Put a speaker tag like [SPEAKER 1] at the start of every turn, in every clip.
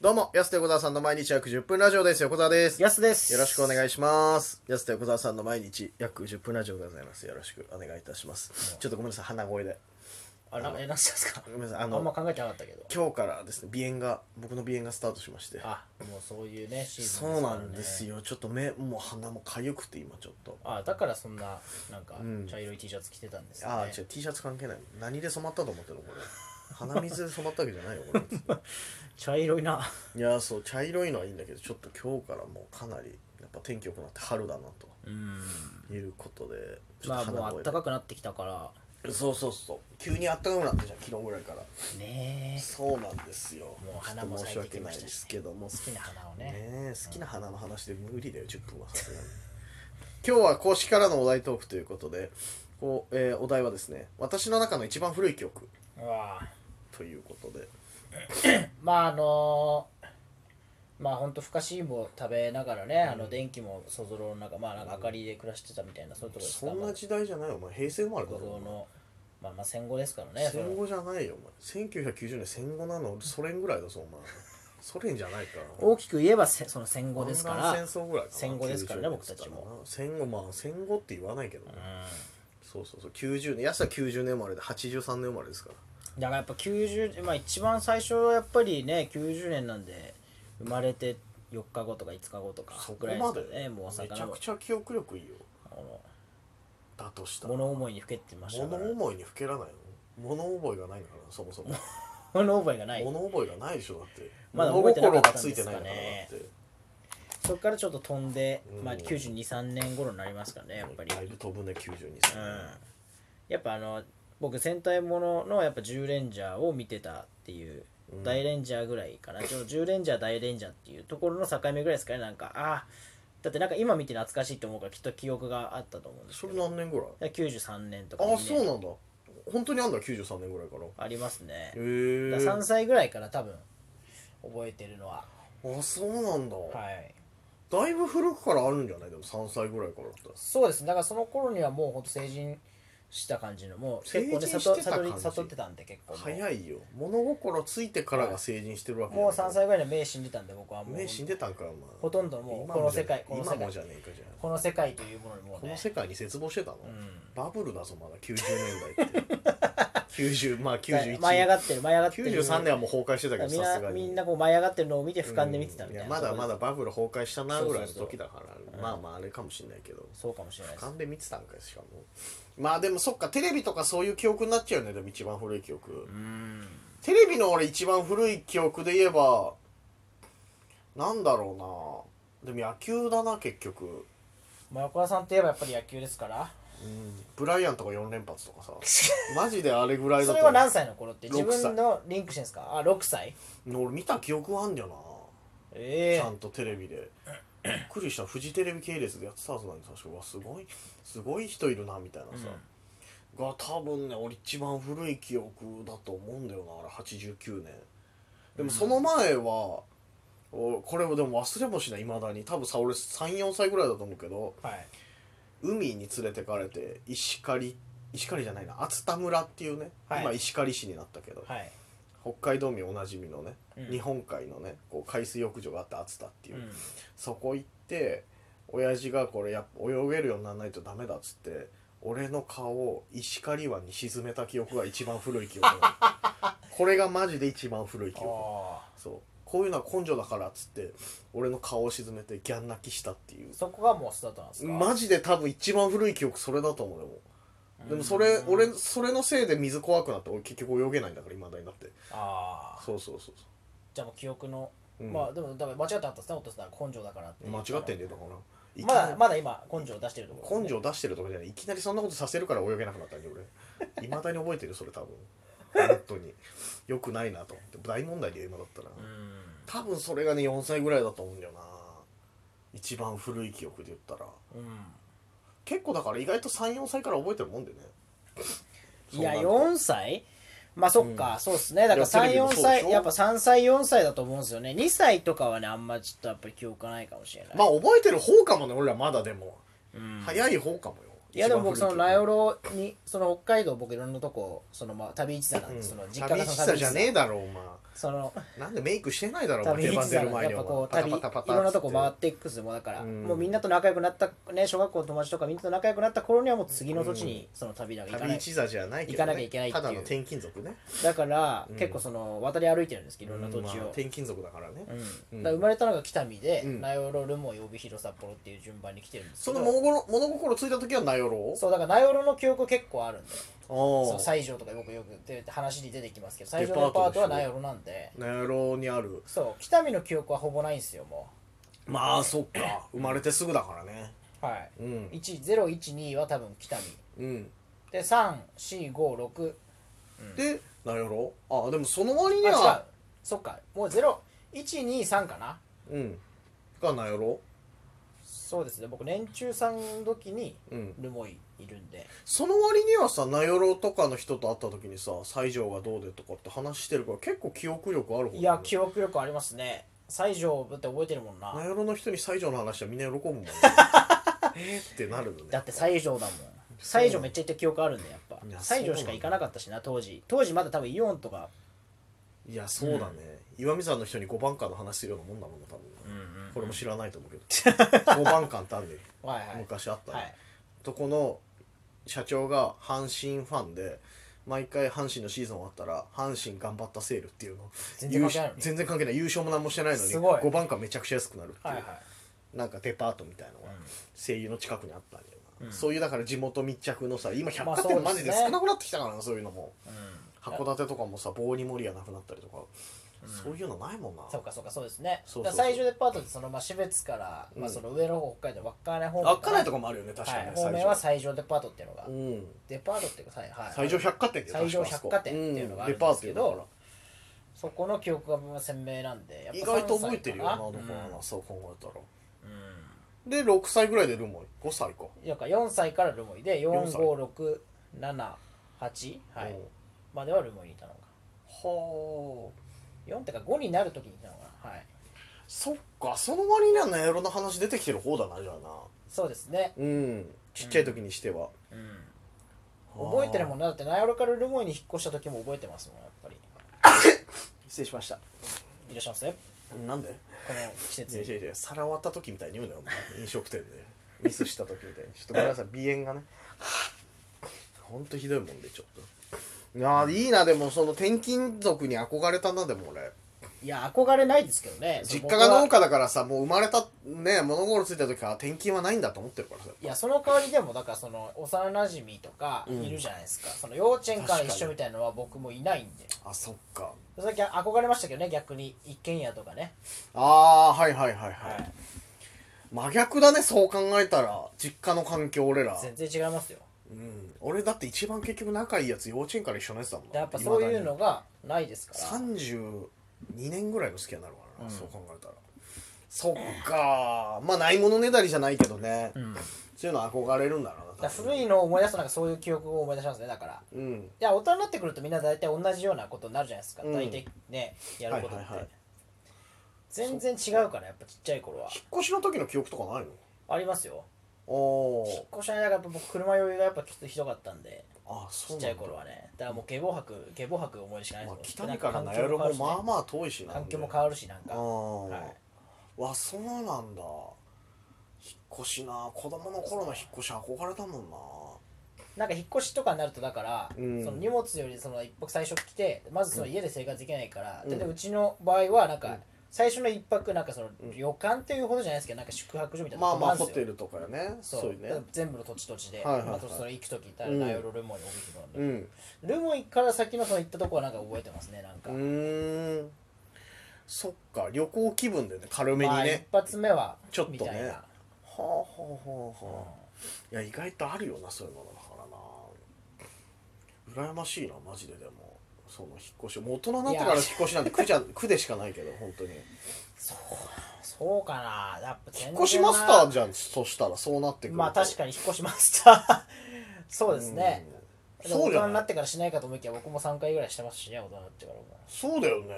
[SPEAKER 1] どうも、安手小沢さんの毎日約10分ラジオです。横澤です。よ
[SPEAKER 2] やすです。
[SPEAKER 1] ろしくお願
[SPEAKER 2] い
[SPEAKER 1] いします。安手横澤さんの毎日約10分ラジオでございます。よろしくお願いいたします。ちょっとごめんなさい、鼻声で。
[SPEAKER 2] あ、なえ、なんすか
[SPEAKER 1] ごめんなさい、あ
[SPEAKER 2] あんま
[SPEAKER 1] の、
[SPEAKER 2] 考えてなかったけど。
[SPEAKER 1] 今日からですね、鼻炎が、僕の鼻炎がスタートしまして。
[SPEAKER 2] あ、もうそういうね、シーズン
[SPEAKER 1] そうなんです
[SPEAKER 2] よ。
[SPEAKER 1] よ。ちょっと目も鼻もかゆくて、今ちょっと。
[SPEAKER 2] あ、だからそんな、なんか
[SPEAKER 1] うん、
[SPEAKER 2] 茶色い T シャツ着てたんですね。
[SPEAKER 1] ああ、違う、T シャツ関係ない。何で染まったと思ってるのこれ。鼻水で染まったわけじゃないよ、こ れ。
[SPEAKER 2] 茶色いな。
[SPEAKER 1] いやー、そう、茶色いのはいいんだけど、ちょっと今日からもうかなり、やっぱ天気良くなって春だなと。
[SPEAKER 2] うん。
[SPEAKER 1] いうことで、ちょ
[SPEAKER 2] ま
[SPEAKER 1] っ
[SPEAKER 2] あ、
[SPEAKER 1] と
[SPEAKER 2] も
[SPEAKER 1] 鼻
[SPEAKER 2] う
[SPEAKER 1] 声で
[SPEAKER 2] 暖かくなってきたから。
[SPEAKER 1] そうそうそう急にあったかくなったじゃん昨日ぐらいから
[SPEAKER 2] ね
[SPEAKER 1] そうなんですよ
[SPEAKER 2] もう花も咲いてきましたし
[SPEAKER 1] ちょっと申し訳ないですけども
[SPEAKER 2] え。好きな花を
[SPEAKER 1] ね
[SPEAKER 2] ね。
[SPEAKER 1] え好きな花の話で無理だよ10分はさすがに今日は公式からのお題トークということでこう、えーお題はですね私の中の一番古い曲
[SPEAKER 2] うわあ
[SPEAKER 1] ということで
[SPEAKER 2] まあ、あのーまあほんとふかしいも食べながらね、あの電気もそぞろの中まあなんか明かりで暮らしてたみたいなそういうところですか
[SPEAKER 1] そんな時代じゃないよお前平成生まれだ
[SPEAKER 2] まあそぞろ
[SPEAKER 1] ろ
[SPEAKER 2] のまあまあ戦後ですから
[SPEAKER 1] お前
[SPEAKER 2] ねそれは
[SPEAKER 1] 戦後じゃないよお前1990年戦後なのソ連ぐらいだぞ お前ソ連じゃないか
[SPEAKER 2] 大きく言えばせその戦後ですか
[SPEAKER 1] 湾
[SPEAKER 2] ら
[SPEAKER 1] 岸戦争ぐらいかな
[SPEAKER 2] 戦後ですからね
[SPEAKER 1] 90
[SPEAKER 2] 僕たちも
[SPEAKER 1] 戦後まあ戦後って言わないけどね、
[SPEAKER 2] う
[SPEAKER 1] そうそうそう90年安は90年生まれで83年生まれですから
[SPEAKER 2] んだからやっぱ90、まあ、一番最初はやっぱりね90年なんで生まれて4日後とか5日後とか
[SPEAKER 1] そこ
[SPEAKER 2] ぐ
[SPEAKER 1] ま
[SPEAKER 2] ら
[SPEAKER 1] で
[SPEAKER 2] いですからねもう
[SPEAKER 1] めち
[SPEAKER 2] 魚
[SPEAKER 1] ゃ
[SPEAKER 2] も
[SPEAKER 1] くちゃ記憶力いいよ
[SPEAKER 2] あの
[SPEAKER 1] だとしたら
[SPEAKER 2] 物思いにふけてましたか
[SPEAKER 1] 物
[SPEAKER 2] ら
[SPEAKER 1] 思いにふけらないの物覚えがないのかなそもそも
[SPEAKER 2] 物覚えがない
[SPEAKER 1] 物覚えがないでしょだって
[SPEAKER 2] まだ
[SPEAKER 1] 物
[SPEAKER 2] 覚えてな
[SPEAKER 1] 心
[SPEAKER 2] か
[SPEAKER 1] が
[SPEAKER 2] った
[SPEAKER 1] つ
[SPEAKER 2] ん
[SPEAKER 1] い
[SPEAKER 2] で
[SPEAKER 1] て
[SPEAKER 2] す
[SPEAKER 1] な
[SPEAKER 2] か
[SPEAKER 1] い
[SPEAKER 2] ね
[SPEAKER 1] のかなって
[SPEAKER 2] そこからちょっと飛んで、まあ、
[SPEAKER 1] うん
[SPEAKER 2] 923年頃になりますからねやっぱり
[SPEAKER 1] だいぶ飛ぶね92
[SPEAKER 2] う
[SPEAKER 1] 歳、
[SPEAKER 2] んやっぱあの僕戦隊もののやっぱ10レンジャーを見てたっていう、
[SPEAKER 1] うん
[SPEAKER 2] 大レンジャーぐらいかなちょ10レンジャー大レンジャーっていうところの境目ぐらいですかねなんかあーだってなんか今見て懐かしいと思うからきっと記憶があったと思うんです
[SPEAKER 1] そ
[SPEAKER 2] け
[SPEAKER 1] れ
[SPEAKER 2] ど
[SPEAKER 1] 何年ぐらい
[SPEAKER 2] だから93年とか、
[SPEAKER 1] ああそうなんだ本当にあんだ93年ぐらいからへ
[SPEAKER 2] ありますね
[SPEAKER 1] え
[SPEAKER 2] だから3歳ぐらいから多分覚えてるのは
[SPEAKER 1] あそうなんだ、
[SPEAKER 2] はい
[SPEAKER 1] だいぶ古くからあるんじゃないでも3歳ぐらいからだったら
[SPEAKER 2] そうですねだからその頃にはもうほんと成人した感じのもう結構ね
[SPEAKER 1] 成人
[SPEAKER 2] 悟
[SPEAKER 1] してた
[SPEAKER 2] 悟
[SPEAKER 1] 感じ
[SPEAKER 2] り悟ってたんで結構もう
[SPEAKER 1] 早いよ物心ついてからが成人してるわけ
[SPEAKER 2] もう3
[SPEAKER 1] 歳
[SPEAKER 2] 歳ぐらいで目死んでたんで僕はもう
[SPEAKER 1] 目死んでたんかお
[SPEAKER 2] ほとんども
[SPEAKER 1] 前
[SPEAKER 2] うこの世界こ
[SPEAKER 1] 今
[SPEAKER 2] の
[SPEAKER 1] も
[SPEAKER 2] 世
[SPEAKER 1] じゃ今も
[SPEAKER 2] 界
[SPEAKER 1] じゃねえかじゃ
[SPEAKER 2] この世界というものにも
[SPEAKER 1] あ
[SPEAKER 2] う
[SPEAKER 1] こ
[SPEAKER 2] ね
[SPEAKER 1] の世界に絶望してたの
[SPEAKER 2] うん
[SPEAKER 1] バブルだぞまだ90年代って 90まあ91
[SPEAKER 2] 舞い上がってる舞い上がってる
[SPEAKER 1] 93年はもう崩壊してたけど
[SPEAKER 2] みん
[SPEAKER 1] さす
[SPEAKER 2] な
[SPEAKER 1] がに
[SPEAKER 2] みんなこう舞い上がってるのを見て俯瞰で見てたみたいな、
[SPEAKER 1] うんやまだまだバブル崩壊したなぐらいの
[SPEAKER 2] そうそう
[SPEAKER 1] 時
[SPEAKER 2] そう
[SPEAKER 1] だからまあまああれかもしれないけど
[SPEAKER 2] そうかもしれないです
[SPEAKER 1] 勘で見てたんかしかもまあでもそっかテレビとかそういう記憶になっちゃうよねでも一番古い記憶、
[SPEAKER 2] うん
[SPEAKER 1] テレビの俺一番古い記憶で言えばなんだろうなでも野球だな結局、
[SPEAKER 2] まあ横田さんといえばやっぱり野球ですから
[SPEAKER 1] ブライアンとか4連発とかさ マジであれぐらいだ
[SPEAKER 2] そ
[SPEAKER 1] と
[SPEAKER 2] れは何歳の頃って自
[SPEAKER 1] 六歳
[SPEAKER 2] 分のリンクしてんですかあ6歳
[SPEAKER 1] 俺見た記憶あんじゃな、
[SPEAKER 2] ええ
[SPEAKER 1] ちゃんとテレビでびっくりしたフジテレビ系列でやってたはずなのに確かうわすごいすごい人いるなみたいなさ、が多分ね俺一番古い記憶だと思うんだよなあれ89年でもその前は、おこれもでも忘れもしないいまだに多分さ俺34歳ぐらいだと思うけど
[SPEAKER 2] はい
[SPEAKER 1] 海に連れてかれて石狩石狩じゃないな熱田村っていうね、
[SPEAKER 2] はい
[SPEAKER 1] 今石狩市になったけど、
[SPEAKER 2] はい
[SPEAKER 1] 北海道民おなじみのね、
[SPEAKER 2] うん
[SPEAKER 1] 日本海のねこう海水浴場があって熱田っていう、
[SPEAKER 2] うん
[SPEAKER 1] そこ行って親父がこれやっぱ泳げるようにならないとダメだっつって俺の顔を石狩湾に沈めた記憶が一番古い記憶な のこれがマジで一番古い記憶
[SPEAKER 2] あ
[SPEAKER 1] そうこういうのは根性だからっつって俺の顔を沈めてギャン泣きしたっていう
[SPEAKER 2] ーそこがもうスタートなんですか
[SPEAKER 1] マジで多分一番古い記憶それだと思うでもでもそれ
[SPEAKER 2] うん
[SPEAKER 1] 俺それのせいで水怖くなって俺結局泳げないんだから未だになって
[SPEAKER 2] ああ
[SPEAKER 1] そうそうそう
[SPEAKER 2] じゃあもう記憶の、
[SPEAKER 1] そう、うん、
[SPEAKER 2] まあでもだから間違ってなかったですねお父さん根性だからって
[SPEAKER 1] 間違ってん
[SPEAKER 2] ね
[SPEAKER 1] だよだからいき
[SPEAKER 2] ま
[SPEAKER 1] なり
[SPEAKER 2] だまだ今根性を出してるところ、
[SPEAKER 1] 根性出してるとかじゃないいきなりそんなことさせるから泳げなくなったんで俺いまだに覚えてるそれ多分本当によくないなと思って大問題で今だったら
[SPEAKER 2] うん
[SPEAKER 1] 多分それがね4歳ぐらいだと思うんだよな一番古い記憶で言ったら
[SPEAKER 2] う
[SPEAKER 1] 結構だから意外と34歳から覚えてるもんでね
[SPEAKER 2] ん、いや
[SPEAKER 1] そうなる
[SPEAKER 2] 4歳まあそっか、そうっすねだから
[SPEAKER 1] いやテレビも
[SPEAKER 2] 34
[SPEAKER 1] そうでしょ
[SPEAKER 2] 歳やっぱ3歳4歳だと思うんですよね2歳とかはねあんまちょっとやっぱり記憶がないかもしれない、
[SPEAKER 1] とまあ覚えてる方かもね俺らまだでも、
[SPEAKER 2] うん
[SPEAKER 1] 早い方かもよ
[SPEAKER 2] いやでも僕
[SPEAKER 1] 一
[SPEAKER 2] そ
[SPEAKER 1] 番
[SPEAKER 2] の
[SPEAKER 1] 古い記憶
[SPEAKER 2] ライオロにその北海道僕いろんなとこそのまあ旅一座なん
[SPEAKER 1] う
[SPEAKER 2] で
[SPEAKER 1] ん
[SPEAKER 2] その実家
[SPEAKER 1] 寂
[SPEAKER 2] が
[SPEAKER 1] し
[SPEAKER 2] その
[SPEAKER 1] さじゃねえ
[SPEAKER 2] え
[SPEAKER 1] だろお前
[SPEAKER 2] その
[SPEAKER 1] なんでメイクしてないだろう
[SPEAKER 2] 旅
[SPEAKER 1] 手
[SPEAKER 2] 行
[SPEAKER 1] 羽
[SPEAKER 2] ってた
[SPEAKER 1] 出
[SPEAKER 2] ら
[SPEAKER 1] る前
[SPEAKER 2] やっ
[SPEAKER 1] に
[SPEAKER 2] ぱ
[SPEAKER 1] お
[SPEAKER 2] こ
[SPEAKER 1] 前
[SPEAKER 2] う
[SPEAKER 1] パ
[SPEAKER 2] 旅
[SPEAKER 1] タ
[SPEAKER 2] い
[SPEAKER 1] パタパタ
[SPEAKER 2] ろんなとこ回ってていくんですよもうだから、
[SPEAKER 1] うん
[SPEAKER 2] もうみんなと仲良くなったね小学校の友達とかみんなと仲良くなった頃にはもう次の土地にその旅なんか行かな
[SPEAKER 1] 旅
[SPEAKER 2] い、
[SPEAKER 1] 一座じゃないけど、ね、
[SPEAKER 2] 行かなきゃいけないっていう
[SPEAKER 1] ただの転勤族ね
[SPEAKER 2] だから、
[SPEAKER 1] うん
[SPEAKER 2] 結構その渡り歩いてるんですけどいろんな土地
[SPEAKER 1] うんまあ
[SPEAKER 2] を、
[SPEAKER 1] 転勤族だからね、
[SPEAKER 2] うん
[SPEAKER 1] うん
[SPEAKER 2] だから生まれたのが北見で、
[SPEAKER 1] うん
[SPEAKER 2] 名寄留萌帯広札幌っていう順番に来てるんです
[SPEAKER 1] そ
[SPEAKER 2] け
[SPEAKER 1] の
[SPEAKER 2] ど
[SPEAKER 1] 物心物心ついた時は名寄ろ
[SPEAKER 2] そうだから名寄の記憶結構あるんでそう
[SPEAKER 1] ああ
[SPEAKER 2] 西条とか僕よく出て話に出てきますけど西条デパートは名寄なんで
[SPEAKER 1] 名寄にある
[SPEAKER 2] そう北見の記憶はほぼないんですよも
[SPEAKER 1] まあそっか生まれてすぐだからね
[SPEAKER 2] うはい
[SPEAKER 1] うん
[SPEAKER 2] 1012は多分北見
[SPEAKER 1] うん
[SPEAKER 2] で3456
[SPEAKER 1] で名寄あでもその割に
[SPEAKER 2] あ違う
[SPEAKER 1] は
[SPEAKER 2] そっかもう0123かな
[SPEAKER 1] うんが名寄
[SPEAKER 2] そうですね僕年中さんの時に
[SPEAKER 1] うん
[SPEAKER 2] 留萌いるんで
[SPEAKER 1] その割にはさ名寄とかの人と会った時にさ西条がどうでとかって話してるから結構記憶力ある方だよね
[SPEAKER 2] いや記憶力ありますね西条だって覚えてるもん
[SPEAKER 1] 名
[SPEAKER 2] な
[SPEAKER 1] 寄の人に西条の話はみんな喜ぶも んねえーってなるよね
[SPEAKER 2] だって西条だもん西条めっちゃ行った記憶あるんだよやっ
[SPEAKER 1] い
[SPEAKER 2] ぱ
[SPEAKER 1] や
[SPEAKER 2] 西条しか行かなかったしな当時当時まだ多分イオンとか
[SPEAKER 1] いやそうだね、岩見沢の人に5番館の話するようなもんだもんね多分、これも知らないと思うけど5番館ってあるね
[SPEAKER 2] はいはい
[SPEAKER 1] 昔あった、ね
[SPEAKER 2] はい
[SPEAKER 1] とこの社長が阪神ファンで毎回阪神のシーズン終わったら阪神頑張ったセールっていうの
[SPEAKER 2] 全然関係ないの
[SPEAKER 1] 優
[SPEAKER 2] に
[SPEAKER 1] 全然関係ない優勝も何もしてないのに
[SPEAKER 2] すごい
[SPEAKER 1] 5番館めちゃくちゃ安くなるってい
[SPEAKER 2] は
[SPEAKER 1] う、
[SPEAKER 2] いはい
[SPEAKER 1] なんかデパートみたいのが声優の近くにあったんだよな、
[SPEAKER 2] うん
[SPEAKER 1] そういうだから地元密着のさ今百
[SPEAKER 2] まあ
[SPEAKER 1] 貨店
[SPEAKER 2] そうですね
[SPEAKER 1] マジで少なくなってきたからなそういうのも
[SPEAKER 2] うん
[SPEAKER 1] 函館とかもさ棒に森がなくなったりとか、そういうのないもんな
[SPEAKER 2] そうかそうかそうですね
[SPEAKER 1] そうそうそう
[SPEAKER 2] だから最初デパートってその、まあ、標津から、まあ、
[SPEAKER 1] うん
[SPEAKER 2] その上の方北海道稚内方面
[SPEAKER 1] 稚内
[SPEAKER 2] と
[SPEAKER 1] とかもあるよね確かにね、
[SPEAKER 2] 方面は最上デパートっていうのが、
[SPEAKER 1] うん
[SPEAKER 2] デパートっていうかはいはい
[SPEAKER 1] 最上百貨店だよ
[SPEAKER 2] 最上
[SPEAKER 1] 確かあそ
[SPEAKER 2] 百
[SPEAKER 1] こ
[SPEAKER 2] 貨店っていうのがあるん
[SPEAKER 1] うん
[SPEAKER 2] ですけ
[SPEAKER 1] デパートだから
[SPEAKER 2] ど、そこの記憶がまあ鮮明なんでやっ
[SPEAKER 1] 意
[SPEAKER 2] ぱ
[SPEAKER 1] 外と覚えてるよな
[SPEAKER 2] 3
[SPEAKER 1] どこ
[SPEAKER 2] 歳か
[SPEAKER 1] かな、そう考えたら
[SPEAKER 2] うんうん
[SPEAKER 1] で6歳ぐらいでルモイ5歳か
[SPEAKER 2] なんか4歳からルモイで
[SPEAKER 1] 4歳
[SPEAKER 2] 456778、8はい
[SPEAKER 1] うん、
[SPEAKER 2] まではルモイにいたのか
[SPEAKER 1] は
[SPEAKER 2] 4ってか5になるときにいたのかなはい
[SPEAKER 1] あそっかその割にはねいろんな話出てきてる方だなじゃあな
[SPEAKER 2] そうですね、
[SPEAKER 1] うんちっちゃい時にしては、
[SPEAKER 2] うん覚えてるもん
[SPEAKER 1] ん
[SPEAKER 2] なだってナイオロからルモイに引っ越した時も覚えてますもんやっぱり
[SPEAKER 1] 失礼しました
[SPEAKER 2] いらっしゃいませこ
[SPEAKER 1] なんで
[SPEAKER 2] の季
[SPEAKER 1] いやい
[SPEAKER 2] 節
[SPEAKER 1] やいや皿割った時みたいに言うなよ お前飲食店でミスした時みたいにちょっとごめんなさい鼻炎がねほんとひどいもんでちょっといやーいいなでもその転勤族に憧れたなでも俺
[SPEAKER 2] いや憧れないですけどね
[SPEAKER 1] 実家が農
[SPEAKER 2] 僕は
[SPEAKER 1] 家だからさもう生まれたね物心ついた時から転勤はないんだと思ってるからさ
[SPEAKER 2] いやその代わりでもだからその幼なじみとか
[SPEAKER 1] うん
[SPEAKER 2] いるじゃないですか、その幼稚園から
[SPEAKER 1] 確か
[SPEAKER 2] 一
[SPEAKER 1] に
[SPEAKER 2] 緒みたいのは僕もいないんで
[SPEAKER 1] あそっか
[SPEAKER 2] それだけ憧れましたけどね逆に一軒家とかね
[SPEAKER 1] ああーはいはいはいはい、
[SPEAKER 2] はい
[SPEAKER 1] 真逆だねそう考えたら実家の環境俺ら
[SPEAKER 2] 全然違いますよ
[SPEAKER 1] うん俺だって一番結局仲いいやつ幼稚園から一緒のやつだもんな
[SPEAKER 2] やっぱそうい
[SPEAKER 1] 未だ
[SPEAKER 2] う
[SPEAKER 1] に
[SPEAKER 2] のがないですから
[SPEAKER 1] 32年ぐらいの好きになるからな、
[SPEAKER 2] うん
[SPEAKER 1] そう考えたらそっかまあないものねだりじゃないけどね、
[SPEAKER 2] うん、だ
[SPEAKER 1] そういうの憧れるんだろう
[SPEAKER 2] から
[SPEAKER 1] な
[SPEAKER 2] 古いのを思い出すとなんかそういう記憶を思い出しますねだから
[SPEAKER 1] うん
[SPEAKER 2] いや大人になってくるとみんな大体同じようなことになるじゃないですか、
[SPEAKER 1] うん
[SPEAKER 2] 大体ねやることって、
[SPEAKER 1] はいはいはい
[SPEAKER 2] 全然違うからやっぱちっちゃい頃は
[SPEAKER 1] 引っ越しの時の記憶とかないの
[SPEAKER 2] ありますよ
[SPEAKER 1] お
[SPEAKER 2] 引っ越しの間がやっぱ僕車酔いがやっぱきつひどかったんで
[SPEAKER 1] あそう
[SPEAKER 2] ちっ
[SPEAKER 1] な
[SPEAKER 2] ち
[SPEAKER 1] んだ
[SPEAKER 2] ゃい頃はねだからもう下坊泊下坊泊思い出しかない
[SPEAKER 1] まあ、
[SPEAKER 2] です
[SPEAKER 1] 北見から名寄もまあまあ遠いしな
[SPEAKER 2] 環境も変わるしなんか
[SPEAKER 1] あー、
[SPEAKER 2] はい
[SPEAKER 1] わそうなんだ引っ越しな子供の頃の引っ越し憧れたもんな
[SPEAKER 2] なんか引っ越しとかになるとだから、
[SPEAKER 1] うん
[SPEAKER 2] その荷物よりその一泊最初来てまずその家で生活できないから、
[SPEAKER 1] うん
[SPEAKER 2] ででうちの場合はなんか、
[SPEAKER 1] うん
[SPEAKER 2] 最初の一泊なんかその
[SPEAKER 1] うん
[SPEAKER 2] 旅館っていうほどじゃないですけどなんか宿泊所みたいな
[SPEAKER 1] まあ
[SPEAKER 2] とこ
[SPEAKER 1] まあ
[SPEAKER 2] なんで
[SPEAKER 1] ホ
[SPEAKER 2] すよ
[SPEAKER 1] テルとかよね
[SPEAKER 2] そ
[SPEAKER 1] そうういうね
[SPEAKER 2] 全部の土地土地
[SPEAKER 1] は
[SPEAKER 2] で、
[SPEAKER 1] いはいはい
[SPEAKER 2] まあ、それ行く時行ったら
[SPEAKER 1] うん
[SPEAKER 2] 名寄ルモイ帯広なんで、
[SPEAKER 1] うん
[SPEAKER 2] ルモイから先のその行ったとこはなんか覚えてますねなん
[SPEAKER 1] う
[SPEAKER 2] か、
[SPEAKER 1] ーんそっか旅行気分でね軽めに
[SPEAKER 2] まあ一
[SPEAKER 1] ね、
[SPEAKER 2] 発目は
[SPEAKER 1] ちょっとね
[SPEAKER 2] みたい
[SPEAKER 1] は
[SPEAKER 2] な、
[SPEAKER 1] あはあはあ
[SPEAKER 2] うん
[SPEAKER 1] はあいや意外とあるよなそういうのだからな羨ましいなマジででもその引っ越しもう大人になってから引っ越しなんて苦じゃ 苦でしかないけど本当に
[SPEAKER 2] そうそうかなやっぱ全
[SPEAKER 1] 引
[SPEAKER 2] 然な
[SPEAKER 1] っ越しマスターじゃんそしたらそうなってくると
[SPEAKER 2] まあ確かに引っ越しマスター そうですね、
[SPEAKER 1] うん
[SPEAKER 2] でも
[SPEAKER 1] そう
[SPEAKER 2] 大
[SPEAKER 1] じゃ
[SPEAKER 2] 人
[SPEAKER 1] な
[SPEAKER 2] にないってからしないかと思いきや僕も3回ぐらいしてますしね大人になってからも
[SPEAKER 1] そうだよね、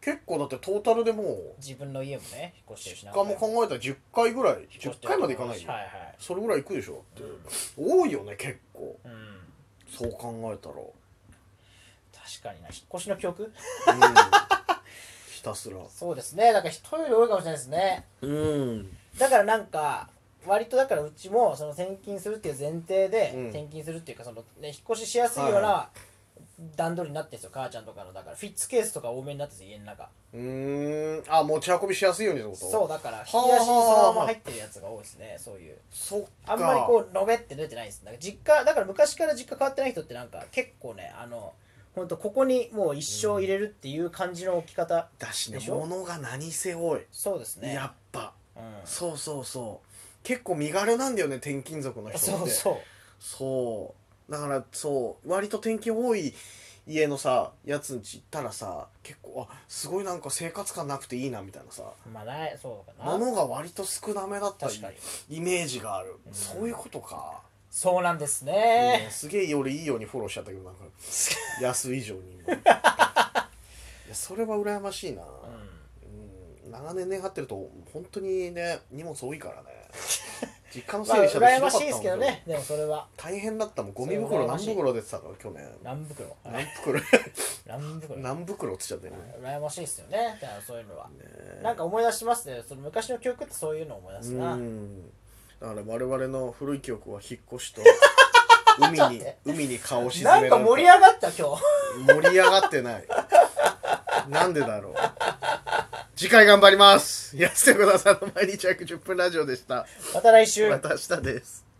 [SPEAKER 1] 結構だってトータルでもう
[SPEAKER 2] 自分の家もね引っ越してるし
[SPEAKER 1] 時
[SPEAKER 2] な
[SPEAKER 1] 間も考えたら10回ぐらい
[SPEAKER 2] 引っ越し
[SPEAKER 1] 10
[SPEAKER 2] てる
[SPEAKER 1] 回までいかないよ、
[SPEAKER 2] はいはい
[SPEAKER 1] それぐらいいくでしょだって、多いよね結構
[SPEAKER 2] うん
[SPEAKER 1] そう考えたら
[SPEAKER 2] 確確かにな引っ越しの記憶
[SPEAKER 1] う ん、ひたすら
[SPEAKER 2] そうですねだから人より多いかもしれないですね
[SPEAKER 1] うん
[SPEAKER 2] だからなんか割とだからうちもその転勤するっていう前提で、
[SPEAKER 1] うん
[SPEAKER 2] 転勤するっていうかその、ね、引っ越ししやすいような段取りになってるんですよ、母ちゃんとかのだからフィッツケースとか多めになってるんですよ家の中
[SPEAKER 1] うーんあ持ち運びしやすいようにってこと
[SPEAKER 2] そうだから引き出
[SPEAKER 1] はあ
[SPEAKER 2] しにそのまま入ってるやつが多いですねそういう
[SPEAKER 1] そっか
[SPEAKER 2] あんまりこうのべって出てないですなんか実家だから昔から実家変わってない人ってなんか結構ねあの本当ここにもう一生入れるっていう感じの置き方、
[SPEAKER 1] だしね
[SPEAKER 2] でしょ
[SPEAKER 1] 物が何せ多い、
[SPEAKER 2] そうですね
[SPEAKER 1] やっぱ
[SPEAKER 2] うん、
[SPEAKER 1] そうそうそう結構身軽なんだよね転勤族の人って
[SPEAKER 2] そうそう
[SPEAKER 1] そうだからそう割と転勤多い家のさやつんち行ったらさ結構あすごいなんか生活感なくていいなみたいなさ
[SPEAKER 2] まあないそうかな
[SPEAKER 1] 物が割と少なめだった
[SPEAKER 2] 確
[SPEAKER 1] り
[SPEAKER 2] かに
[SPEAKER 1] イメージがある、
[SPEAKER 2] うん
[SPEAKER 1] そういうことか、
[SPEAKER 2] そうなんです
[SPEAKER 1] いいね
[SPEAKER 2] ね、
[SPEAKER 1] すげえよりいいようにフォローしちゃったけど なんか安い以上に今いやそれは羨ましいな、
[SPEAKER 2] うん
[SPEAKER 1] うん長年願ってると本当にね荷物多い からね実家の
[SPEAKER 2] まあ
[SPEAKER 1] 整理したら
[SPEAKER 2] 羨ましいですけどねでもそれは
[SPEAKER 1] 大変だったもんゴミ袋何袋出てたから去年
[SPEAKER 2] 何袋
[SPEAKER 1] 何袋
[SPEAKER 2] 何袋
[SPEAKER 1] 何袋って言っちゃってね
[SPEAKER 2] 羨ましいですよねだからそういうのは
[SPEAKER 1] ね
[SPEAKER 2] なんか思い出しますねその昔の記憶ってそういうのを思い出すな、
[SPEAKER 1] うんだから我々の古い記憶は引っ越し と海に海に顔を沈めら
[SPEAKER 2] な
[SPEAKER 1] れ
[SPEAKER 2] ん
[SPEAKER 1] た
[SPEAKER 2] か盛り上がった 今日
[SPEAKER 1] 盛り上がってないなんでだろう次回頑張ります安手小田さんの毎日約10分ラジオでした
[SPEAKER 2] また来週
[SPEAKER 1] また明日です